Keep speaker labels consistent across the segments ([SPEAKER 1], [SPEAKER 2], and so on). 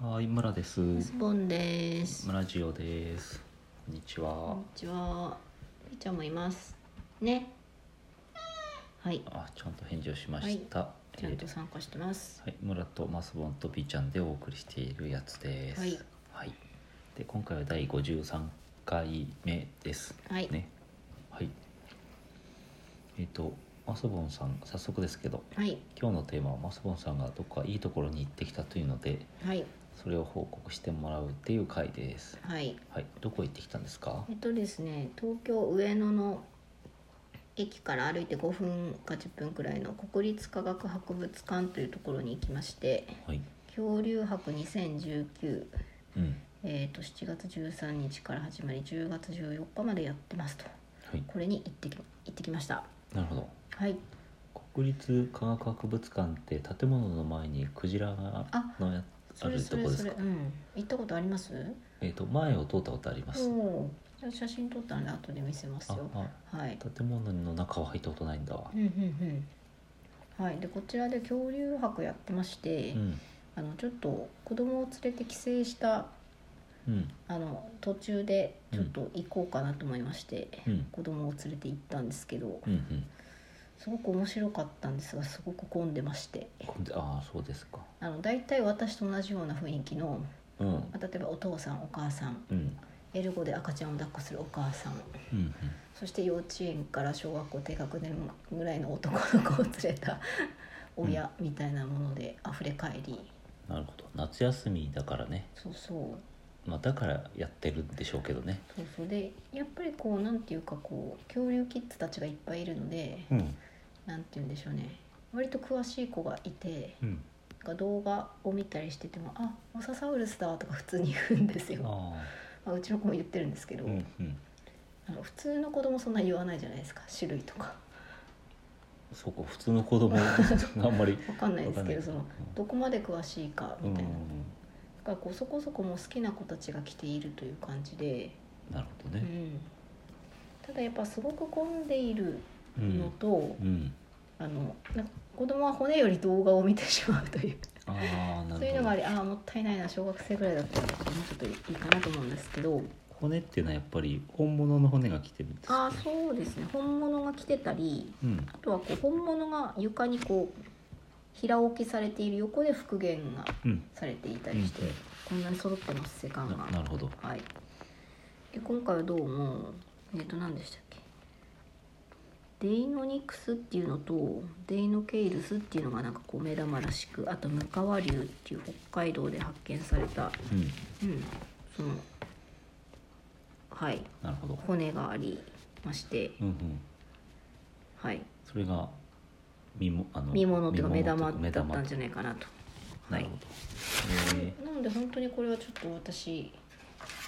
[SPEAKER 1] はい、村です。
[SPEAKER 2] スポンです。こ
[SPEAKER 1] 村ジオです。こんにち
[SPEAKER 2] ん
[SPEAKER 1] は
[SPEAKER 2] に。ちは。みーちゃんもいます。ね。はい。
[SPEAKER 1] あ、ちゃんと返事をしました。
[SPEAKER 2] ちゃん
[SPEAKER 1] え
[SPEAKER 2] と
[SPEAKER 1] ー
[SPEAKER 2] 参加してます。
[SPEAKER 1] はい、村とマスボンとピーちゃんでお送りしているやつです。
[SPEAKER 2] はい
[SPEAKER 1] はいで、今回は第53回目です。
[SPEAKER 2] はい
[SPEAKER 1] ね。はい。えっ、と、マスボンさん、早速ですけど。
[SPEAKER 2] はい。
[SPEAKER 1] 今日のテーマはマスボンさんがどっかいいところに行ってきたというので
[SPEAKER 2] はい。
[SPEAKER 1] それを報告してもらうっていう回です
[SPEAKER 2] はい。
[SPEAKER 1] はいどこ行ってきたんですか
[SPEAKER 2] えっとですね、東京上野の。駅から歩いて5分か10分くらいの国立科学博物館というところに行きまして
[SPEAKER 1] はい
[SPEAKER 2] 恐竜博2019、
[SPEAKER 1] うん
[SPEAKER 2] えー、と7月13日から始まり10月14日までやってますと
[SPEAKER 1] はい
[SPEAKER 2] これに行ってき行ってきました
[SPEAKER 1] なるほど
[SPEAKER 2] はい
[SPEAKER 1] 国立科学博物館って建物の前にクジラが
[SPEAKER 2] あ
[SPEAKER 1] のやあ
[SPEAKER 2] それ
[SPEAKER 1] る
[SPEAKER 2] そ
[SPEAKER 1] と
[SPEAKER 2] れ
[SPEAKER 1] こで
[SPEAKER 2] そ
[SPEAKER 1] す
[SPEAKER 2] れ、
[SPEAKER 1] か
[SPEAKER 2] うん、行ったことあります
[SPEAKER 1] えっ、と前を通ったことあります
[SPEAKER 2] おーじゃあ写真撮ったんで後で見せます
[SPEAKER 1] あ
[SPEAKER 2] よ
[SPEAKER 1] あ
[SPEAKER 2] はい
[SPEAKER 1] 建物の中は入ったことないんだわ
[SPEAKER 2] うんうんうんはいでこちらで恐竜博やってまして、
[SPEAKER 1] うん
[SPEAKER 2] あのちょっと子供を連れて帰省した
[SPEAKER 1] うん
[SPEAKER 2] あの途中でちょっと行こうかなと思いまして、
[SPEAKER 1] うん
[SPEAKER 2] 子供を連れて行ったんですけど
[SPEAKER 1] うんうん
[SPEAKER 2] すごく面白かったんですがすごく混んでまして
[SPEAKER 1] こんでああそうですか
[SPEAKER 2] あの大体私と同じような雰囲気の
[SPEAKER 1] うん
[SPEAKER 2] まあ例えばお父さんお母さん
[SPEAKER 1] うん
[SPEAKER 2] エルゴで赤ちゃんを抱っこするお母さん
[SPEAKER 1] うん
[SPEAKER 2] そして幼稚園から小学校低学年ぐらいの男の子を連れた親みたいなもので溢れ返り、
[SPEAKER 1] なるほど夏休みだからね
[SPEAKER 2] そうそう
[SPEAKER 1] まあだからやってるんでしょうけどね
[SPEAKER 2] そうそうでやっぱりこうなんていうかこう恐竜キッズたちがいっぱいいるので
[SPEAKER 1] うん
[SPEAKER 2] なんて言うんでしょうね割と詳しい子がいて
[SPEAKER 1] うん
[SPEAKER 2] なんか動画を見たりしてても「あモササウルスだ」とか普通に言うんですよ、
[SPEAKER 1] あ
[SPEAKER 2] まあ、うちの子も言ってるんですけ
[SPEAKER 1] あ
[SPEAKER 2] ど、
[SPEAKER 1] うんうん
[SPEAKER 2] あの普通の子供そんな言わないじゃないですか種類とか。
[SPEAKER 1] そうか普通の 子供あんまり
[SPEAKER 2] わかんないで
[SPEAKER 1] わ
[SPEAKER 2] すけど
[SPEAKER 1] か
[SPEAKER 2] そ
[SPEAKER 1] んない
[SPEAKER 2] のどこまで詳しいか
[SPEAKER 1] うん
[SPEAKER 2] みたいな、だからこうそこそこもう好きな子たちが来ているという感じで、
[SPEAKER 1] なるほどね
[SPEAKER 2] うん、ただやっぱすごく混んでいる
[SPEAKER 1] う
[SPEAKER 2] の
[SPEAKER 1] ん
[SPEAKER 2] と、
[SPEAKER 1] うん
[SPEAKER 2] あのなんか子供は骨より動画を見てしまうという
[SPEAKER 1] ああ なるほど
[SPEAKER 2] そういうのがありああもったいないな小学生ぐらいだったらもうちょっといいかなと思うんですけど
[SPEAKER 1] 骨っていうのはやっぱり本物の骨が来てるんです
[SPEAKER 2] あ
[SPEAKER 1] か
[SPEAKER 2] あそうですね本物が来てたり
[SPEAKER 1] うん
[SPEAKER 2] あとはこう本物が床にこう平置きされている横で復元が
[SPEAKER 1] うん
[SPEAKER 2] されていたりして、
[SPEAKER 1] うんうん
[SPEAKER 2] こんなに揃ってます世間
[SPEAKER 1] な
[SPEAKER 2] が
[SPEAKER 1] なるほど
[SPEAKER 2] はいで今回はどうもえっ、と何でしたっけデイノニクスっていうのとデイノケイルスっていうのがなんかこう目玉らしくあとムカワ竜っていう北海道で発見された
[SPEAKER 1] うん
[SPEAKER 2] うんそのはい
[SPEAKER 1] なるほど
[SPEAKER 2] 骨がありまして
[SPEAKER 1] うんうん
[SPEAKER 2] はい
[SPEAKER 1] それが見もあの
[SPEAKER 2] 見物っていうか目玉
[SPEAKER 1] 見物と
[SPEAKER 2] だったんじ
[SPEAKER 1] 目
[SPEAKER 2] ゃないかなと
[SPEAKER 1] 玉
[SPEAKER 2] は
[SPEAKER 1] ないるほどへ
[SPEAKER 2] なので本当にこれはちょっと私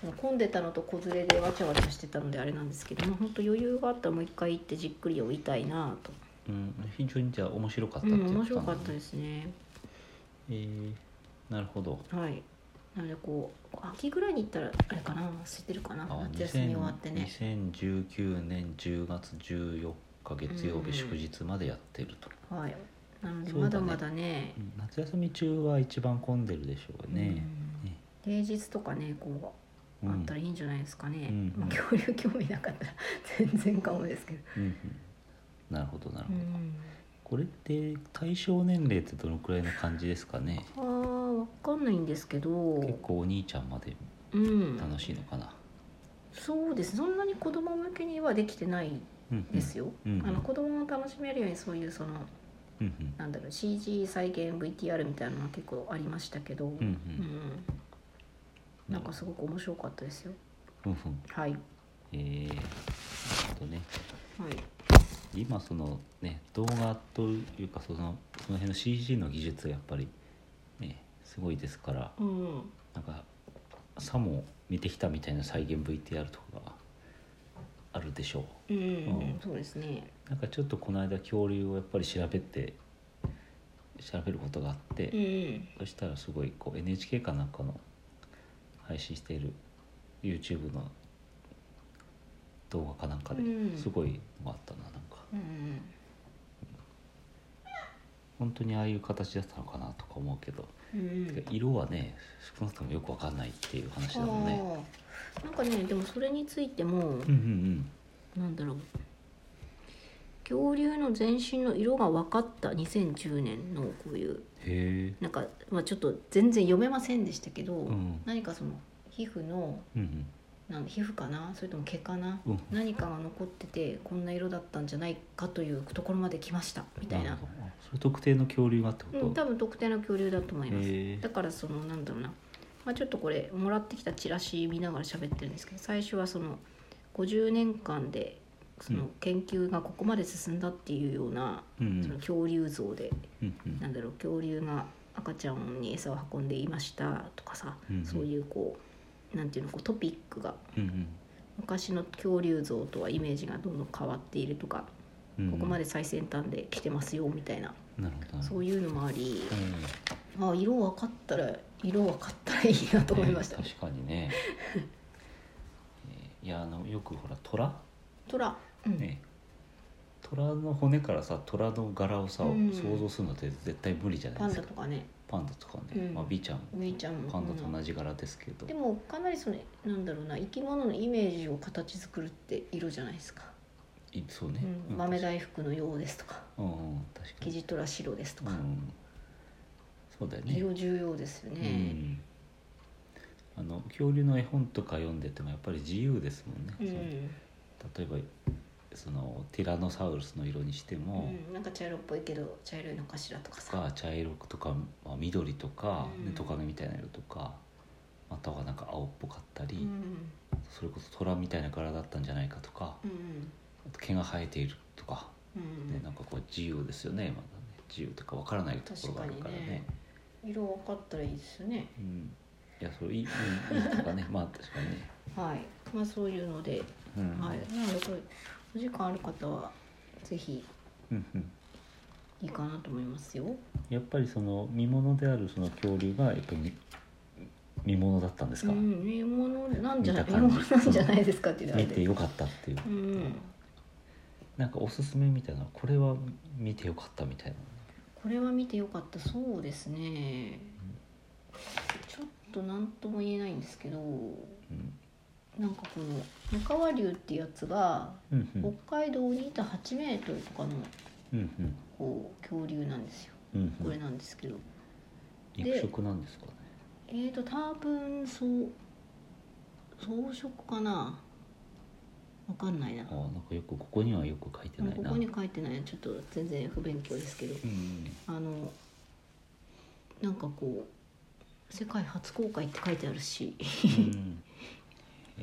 [SPEAKER 2] その混んでたのと子連れでわちゃわちゃしてたのであれなんですけども本当余裕があったらもう一回行ってじっくり追いたいなと、
[SPEAKER 1] えうん非常にじゃあ面白かった
[SPEAKER 2] う、
[SPEAKER 1] っていうんこと
[SPEAKER 2] 面白かった
[SPEAKER 1] へ
[SPEAKER 2] ですね
[SPEAKER 1] えなるほど
[SPEAKER 2] はいなのでこう秋ぐらいに行ったらあれかな空いてるかな
[SPEAKER 1] あ
[SPEAKER 2] 夏休み終わってね
[SPEAKER 1] 2000 2019年10月14日月曜
[SPEAKER 2] うんうん
[SPEAKER 1] 日祝日までやってると、
[SPEAKER 2] はいなので
[SPEAKER 1] そうだ
[SPEAKER 2] ま
[SPEAKER 1] ね
[SPEAKER 2] だまだね
[SPEAKER 1] うん夏休み中は一番混んでるでしょうね、
[SPEAKER 2] うん
[SPEAKER 1] ね
[SPEAKER 2] 平日とかねこう
[SPEAKER 1] う
[SPEAKER 2] あ
[SPEAKER 1] ん
[SPEAKER 2] ったらいいんじゃないですかね、
[SPEAKER 1] うん
[SPEAKER 2] まあ、恐竜興味なかったら全然かもですけど、
[SPEAKER 1] うんうんなるほどなる
[SPEAKER 2] う
[SPEAKER 1] ほど、
[SPEAKER 2] ん
[SPEAKER 1] これって対象年齢ってどのくらいの感じですかね
[SPEAKER 2] あーわかんないんですけど
[SPEAKER 1] 結構お兄ちゃんまで
[SPEAKER 2] うん、
[SPEAKER 1] 楽しいのかな、
[SPEAKER 2] そうですそんなに子供向けにはできてない
[SPEAKER 1] うんうん、
[SPEAKER 2] ですよ、
[SPEAKER 1] うんうん
[SPEAKER 2] あの子供が楽しめるようにそういうその
[SPEAKER 1] うんうん
[SPEAKER 2] なんだろう CG 再現 VTR みたいなのは結構ありましたけど、
[SPEAKER 1] うんうん
[SPEAKER 2] うんなんかすごく面白かったですよ
[SPEAKER 1] うんうん
[SPEAKER 2] はいはい
[SPEAKER 1] えー、なるほどね今そのね動画というかそのその辺の CG の技術がやっぱりねすごいですから
[SPEAKER 2] うん
[SPEAKER 1] なんかさも見てきたみたいな再現 VTR とかがあるでしょう
[SPEAKER 2] うん、
[SPEAKER 1] うん
[SPEAKER 2] そうですね
[SPEAKER 1] なんかちょっとこの間恐竜をやっぱり調べて調べることがあって、
[SPEAKER 2] うん
[SPEAKER 1] そしたらすごいこう NHK かなんかの配信している YouTube の動画かなんかで
[SPEAKER 2] うん
[SPEAKER 1] すごいのがあったななんか
[SPEAKER 2] うん
[SPEAKER 1] 本当にああいう形だったのかなとか思うけど
[SPEAKER 2] うんうん
[SPEAKER 1] 色はね少なくともよくわかんないっていう話だもんね
[SPEAKER 2] あーなんかねでもそれについても
[SPEAKER 1] うんうん
[SPEAKER 2] なんだろう恐竜の全身の色が分かった2010年のこうい
[SPEAKER 1] う
[SPEAKER 2] う
[SPEAKER 1] んへえ
[SPEAKER 2] なんか、まあ、ちょっと全然読めませんでしたけど、
[SPEAKER 1] ん
[SPEAKER 2] 何かその皮膚の
[SPEAKER 1] うん
[SPEAKER 2] なん皮膚かなそれとも毛かな、
[SPEAKER 1] うん
[SPEAKER 2] 何かが残っててこんな色だったんじゃないかというところまで来ましたみたいな
[SPEAKER 1] るほどあそれ特定の恐竜がってこと、
[SPEAKER 2] うん、多分特定の恐竜だと思います、
[SPEAKER 1] へえ
[SPEAKER 2] だからそのなんだろうな、まあ、ちょっとこれもらってきたチラシ見ながら喋ってるんですけど最初はその50年間でそうの
[SPEAKER 1] ん
[SPEAKER 2] 研究がここまで進んだっていうような、
[SPEAKER 1] うん
[SPEAKER 2] その恐竜像で
[SPEAKER 1] うんうん
[SPEAKER 2] なんだろう恐竜が赤ちゃんに餌を運んでいましたとかさ、
[SPEAKER 1] うんうん
[SPEAKER 2] そういうこうなんていうのこうトピックが
[SPEAKER 1] うん
[SPEAKER 2] 昔の恐竜像とはイメージがどんどん変わっているとか、
[SPEAKER 1] うん
[SPEAKER 2] ここまで最先端で来てますよみたいな、
[SPEAKER 1] なるほどなる
[SPEAKER 2] そ
[SPEAKER 1] ほど
[SPEAKER 2] ういうのもあり、
[SPEAKER 1] うん
[SPEAKER 2] あ色分かったら色分かったらいいなと思いました、
[SPEAKER 1] ね確かにねえーいやあのよくほら虎
[SPEAKER 2] トラ、うん
[SPEAKER 1] ね虎の骨からさ虎の柄をさ、
[SPEAKER 2] うん
[SPEAKER 1] 想像するのって絶対無理じゃな
[SPEAKER 2] パ
[SPEAKER 1] い
[SPEAKER 2] ン
[SPEAKER 1] です
[SPEAKER 2] ダ
[SPEAKER 1] か
[SPEAKER 2] とかね
[SPEAKER 1] パンダとかね、
[SPEAKER 2] うん
[SPEAKER 1] まあ、ビーちゃん
[SPEAKER 2] メイちゃんも
[SPEAKER 1] パンダと同じ柄ですけど
[SPEAKER 2] でもかなりそのなんだろうな生き物のイメージを形作るって色じゃないですか、
[SPEAKER 1] いそうね、
[SPEAKER 2] う
[SPEAKER 1] うん
[SPEAKER 2] ん、豆大福のようですとか
[SPEAKER 1] うんうん確か
[SPEAKER 2] キ
[SPEAKER 1] に、
[SPEAKER 2] ジトラ白ですと
[SPEAKER 1] う
[SPEAKER 2] か、
[SPEAKER 1] ん、そうだよね
[SPEAKER 2] 色重要ですよ
[SPEAKER 1] う
[SPEAKER 2] ね、
[SPEAKER 1] んあの恐竜の絵本とか読んでてもやっぱり自由ですもんね、
[SPEAKER 2] うん
[SPEAKER 1] その例えばそのティラノサウルスの色にして
[SPEAKER 2] う
[SPEAKER 1] も、
[SPEAKER 2] んなんか茶色っぽいけど茶色いのかしらとかさ
[SPEAKER 1] が茶色とか、まあ、緑とか、
[SPEAKER 2] うん
[SPEAKER 1] ねトカゲみたいな色とかまたはなんか青っぽかったり、
[SPEAKER 2] うん
[SPEAKER 1] それこそ虎みたいな柄だったんじゃないかとか
[SPEAKER 2] うん
[SPEAKER 1] あと毛が生えているとか、
[SPEAKER 2] う
[SPEAKER 1] ね、
[SPEAKER 2] ん
[SPEAKER 1] なんかこう自由ですよねまだね自由というかわからないところがあるからね
[SPEAKER 2] 確かにね色分かったらいいですよね
[SPEAKER 1] うん、いやそれいいいいいいとか ねまあ確かにね、
[SPEAKER 2] はいまあそういうので、
[SPEAKER 1] うん
[SPEAKER 2] はいなのでこれお時間ある方はぜひ
[SPEAKER 1] うんうん、
[SPEAKER 2] いいかなと思いますよ。
[SPEAKER 1] やっぱりその見物であるその恐竜がやっぱり見見物だったんです
[SPEAKER 2] う
[SPEAKER 1] か、
[SPEAKER 2] ん、見物なんじゃない、
[SPEAKER 1] 見た感
[SPEAKER 2] 見
[SPEAKER 1] じ
[SPEAKER 2] 物なんじゃないですかっていうのは
[SPEAKER 1] 見てよかったっていう、
[SPEAKER 2] うん、
[SPEAKER 1] なんかおすすめみたいなこれは見てよかったみたいな
[SPEAKER 2] これは見てよかった、そうですね。ちょっと何とも言えないんですけど、
[SPEAKER 1] うん
[SPEAKER 2] なんかこの三河流ってやつが。
[SPEAKER 1] うんうん
[SPEAKER 2] 北海道にいた8メートルとかの
[SPEAKER 1] うんうん
[SPEAKER 2] こう恐竜なんですよ。
[SPEAKER 1] うん
[SPEAKER 2] こ
[SPEAKER 1] う
[SPEAKER 2] れ
[SPEAKER 1] ん
[SPEAKER 2] なんですけど、
[SPEAKER 1] 肉食なんですかね
[SPEAKER 2] えーと多分そう装飾かな、わかんないな。
[SPEAKER 1] ああなんかよくここにはよく書いてない
[SPEAKER 2] こ
[SPEAKER 1] な
[SPEAKER 2] こに書いてないちょっと全然不勉強ですけど
[SPEAKER 1] うん
[SPEAKER 2] あのなんかこう世界初公開って書いてあるし
[SPEAKER 1] うん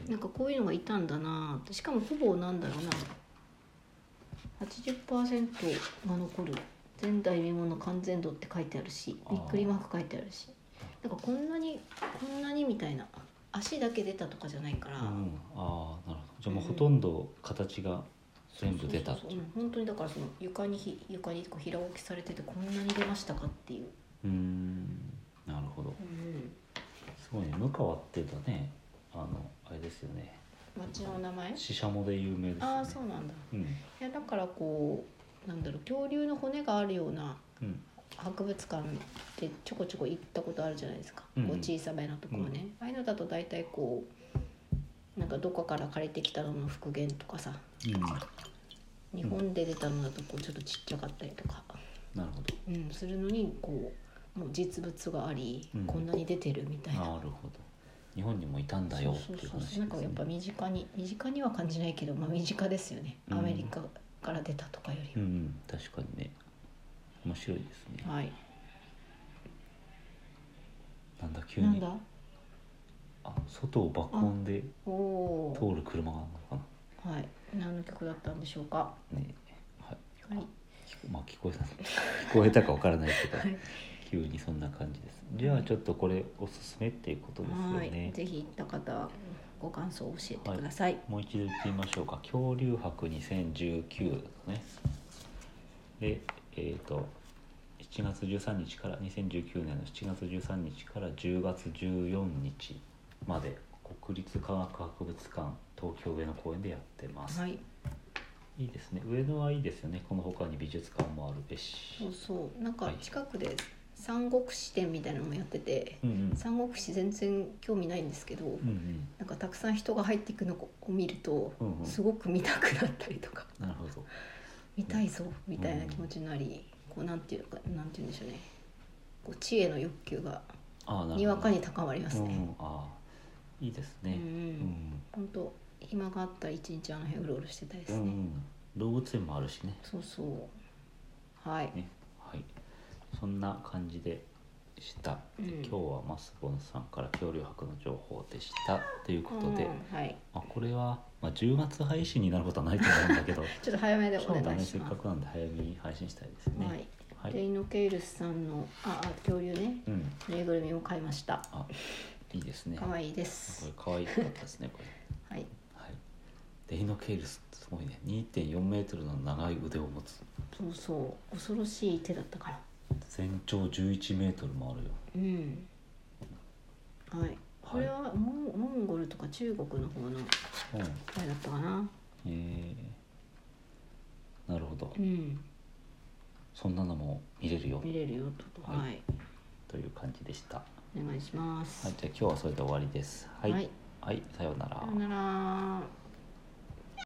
[SPEAKER 2] なんかこういうのがいたんだなってしかもほぼなんだろうな80%が残る前代未聞の完全度って書いてあるし
[SPEAKER 1] あー
[SPEAKER 2] びっくりマーク書いてあるしなんかこんなにこんなにみたいな足だけ出たとかじゃないから、
[SPEAKER 1] うんああなるほどじゃあもうほとんど形が全部出た
[SPEAKER 2] そうそうそううん本当にだからその床にひ床にこう平置きされててこんなに出ましたかっていう、
[SPEAKER 1] うんなるほどすごいね向川っていうとねあのあれですよね
[SPEAKER 2] 町の名前
[SPEAKER 1] シシャモで有名ですよね
[SPEAKER 2] ああそうなんだ
[SPEAKER 1] うん
[SPEAKER 2] いやだからこうなんだろう恐竜の骨があるような
[SPEAKER 1] うん
[SPEAKER 2] 博物館ってちょこちょこ行ったことあるじゃないですか、
[SPEAKER 1] うん
[SPEAKER 2] こう小さめなところね、ああいうのだと大体こうなんかどこかから借りてきたのの復元とかさ
[SPEAKER 1] うん
[SPEAKER 2] 日本で出たのだとこうちょっとちっちゃかったりとか、
[SPEAKER 1] なるほど
[SPEAKER 2] うん、するのにこうもう実物があり、
[SPEAKER 1] うん
[SPEAKER 2] こんなに出てるみたいな。
[SPEAKER 1] なるほど日本にもいたんだよって
[SPEAKER 2] そう
[SPEAKER 1] いう
[SPEAKER 2] そう
[SPEAKER 1] 話
[SPEAKER 2] そ
[SPEAKER 1] で
[SPEAKER 2] う
[SPEAKER 1] すね
[SPEAKER 2] なんかやっぱ身近に身近には感じないけど、まあ、身近ですよね、
[SPEAKER 1] うん
[SPEAKER 2] アメリカから出たとかよ
[SPEAKER 1] う
[SPEAKER 2] り
[SPEAKER 1] んう
[SPEAKER 2] は、
[SPEAKER 1] ん確かにね面白いですね
[SPEAKER 2] はい
[SPEAKER 1] なんだ急
[SPEAKER 2] なん
[SPEAKER 1] に
[SPEAKER 2] だ
[SPEAKER 1] あ外を爆音で
[SPEAKER 2] おお
[SPEAKER 1] 通る車があるのか
[SPEAKER 2] ーはい何の曲だったんでしょうか
[SPEAKER 1] なねはい
[SPEAKER 2] はい
[SPEAKER 1] 聞こまあ聞こえ た聞こえたかわからないけど
[SPEAKER 2] はい
[SPEAKER 1] 急にそんな感じですじゃあちょっとこれおすすめっていうことですよ
[SPEAKER 2] はい
[SPEAKER 1] ね
[SPEAKER 2] ぜひ行った方はご感想を教えてください、
[SPEAKER 1] もう一度言ってみましょうか恐竜博2019ですねでえっ、と7月13日から2019年の7月13日から10月14日まで国立科学博物館東京上野公園でやってます、、
[SPEAKER 2] はいい
[SPEAKER 1] いですね上野はいいですよねこの他に美術館もあるべし
[SPEAKER 2] そうそうなんか
[SPEAKER 1] はい
[SPEAKER 2] 近くで三国志展みたいなのもやってて
[SPEAKER 1] うんうん
[SPEAKER 2] 三国志全然興味ないんですけど、
[SPEAKER 1] うん
[SPEAKER 2] なんかたくさん人が入っていくのを見ると、
[SPEAKER 1] うんうん
[SPEAKER 2] すごく見たくなったりとか
[SPEAKER 1] うんなるほど
[SPEAKER 2] 見たいぞみたいな気持ちになり、こうなんていうかなんて言うんでしょうねこう知恵の欲求が
[SPEAKER 1] ああなるほど
[SPEAKER 2] にわかに高まります
[SPEAKER 1] うん
[SPEAKER 2] ね。
[SPEAKER 1] ああいいです
[SPEAKER 2] うんう
[SPEAKER 1] ね
[SPEAKER 2] ん本当暇があったら一日あの辺うろうろしてたいで
[SPEAKER 1] う
[SPEAKER 2] す
[SPEAKER 1] ん、うんう
[SPEAKER 2] ね。
[SPEAKER 1] ん、動物園もあるしね
[SPEAKER 2] そうそうはい、
[SPEAKER 1] ねはいそんな感じでした、
[SPEAKER 2] うん
[SPEAKER 1] で今日はマスボンさんから恐竜博の情報でしたということで、
[SPEAKER 2] うんはい、
[SPEAKER 1] まあ、これは、まあ、10月配信になることはないと思うんだ けど
[SPEAKER 2] ちょっと早めでお
[SPEAKER 1] そうだ
[SPEAKER 2] 願い
[SPEAKER 1] ね
[SPEAKER 2] し
[SPEAKER 1] せっ
[SPEAKER 2] ます
[SPEAKER 1] か。くなんで早めに配信したいですね
[SPEAKER 2] はい、
[SPEAKER 1] はい
[SPEAKER 2] レイノケイルスさんのああ恐竜ね
[SPEAKER 1] うん
[SPEAKER 2] ぬいぐるみも買いました。
[SPEAKER 1] あいいですね
[SPEAKER 2] 可愛いで
[SPEAKER 1] これ
[SPEAKER 2] す。
[SPEAKER 1] 可愛かったですねこれ
[SPEAKER 2] はい。
[SPEAKER 1] はいデイノケイルスってすごいね2.4メートルの長い腕を持つ
[SPEAKER 2] そうそう恐ろしい手だったから。
[SPEAKER 1] 全長11メートルもあるよ
[SPEAKER 2] うん。はい。これはモンモンゴルとか中国の方の
[SPEAKER 1] うん
[SPEAKER 2] あれだったかな。
[SPEAKER 1] えー、なるほど
[SPEAKER 2] うん。
[SPEAKER 1] そんなのも見れるよ
[SPEAKER 2] 見れるよと。
[SPEAKER 1] は
[SPEAKER 2] はい。
[SPEAKER 1] という感じでしたは
[SPEAKER 2] お願いします。
[SPEAKER 1] いじゃあ今日はそれで終わりですはい、
[SPEAKER 2] はい
[SPEAKER 1] はいさようなら
[SPEAKER 2] さよなら。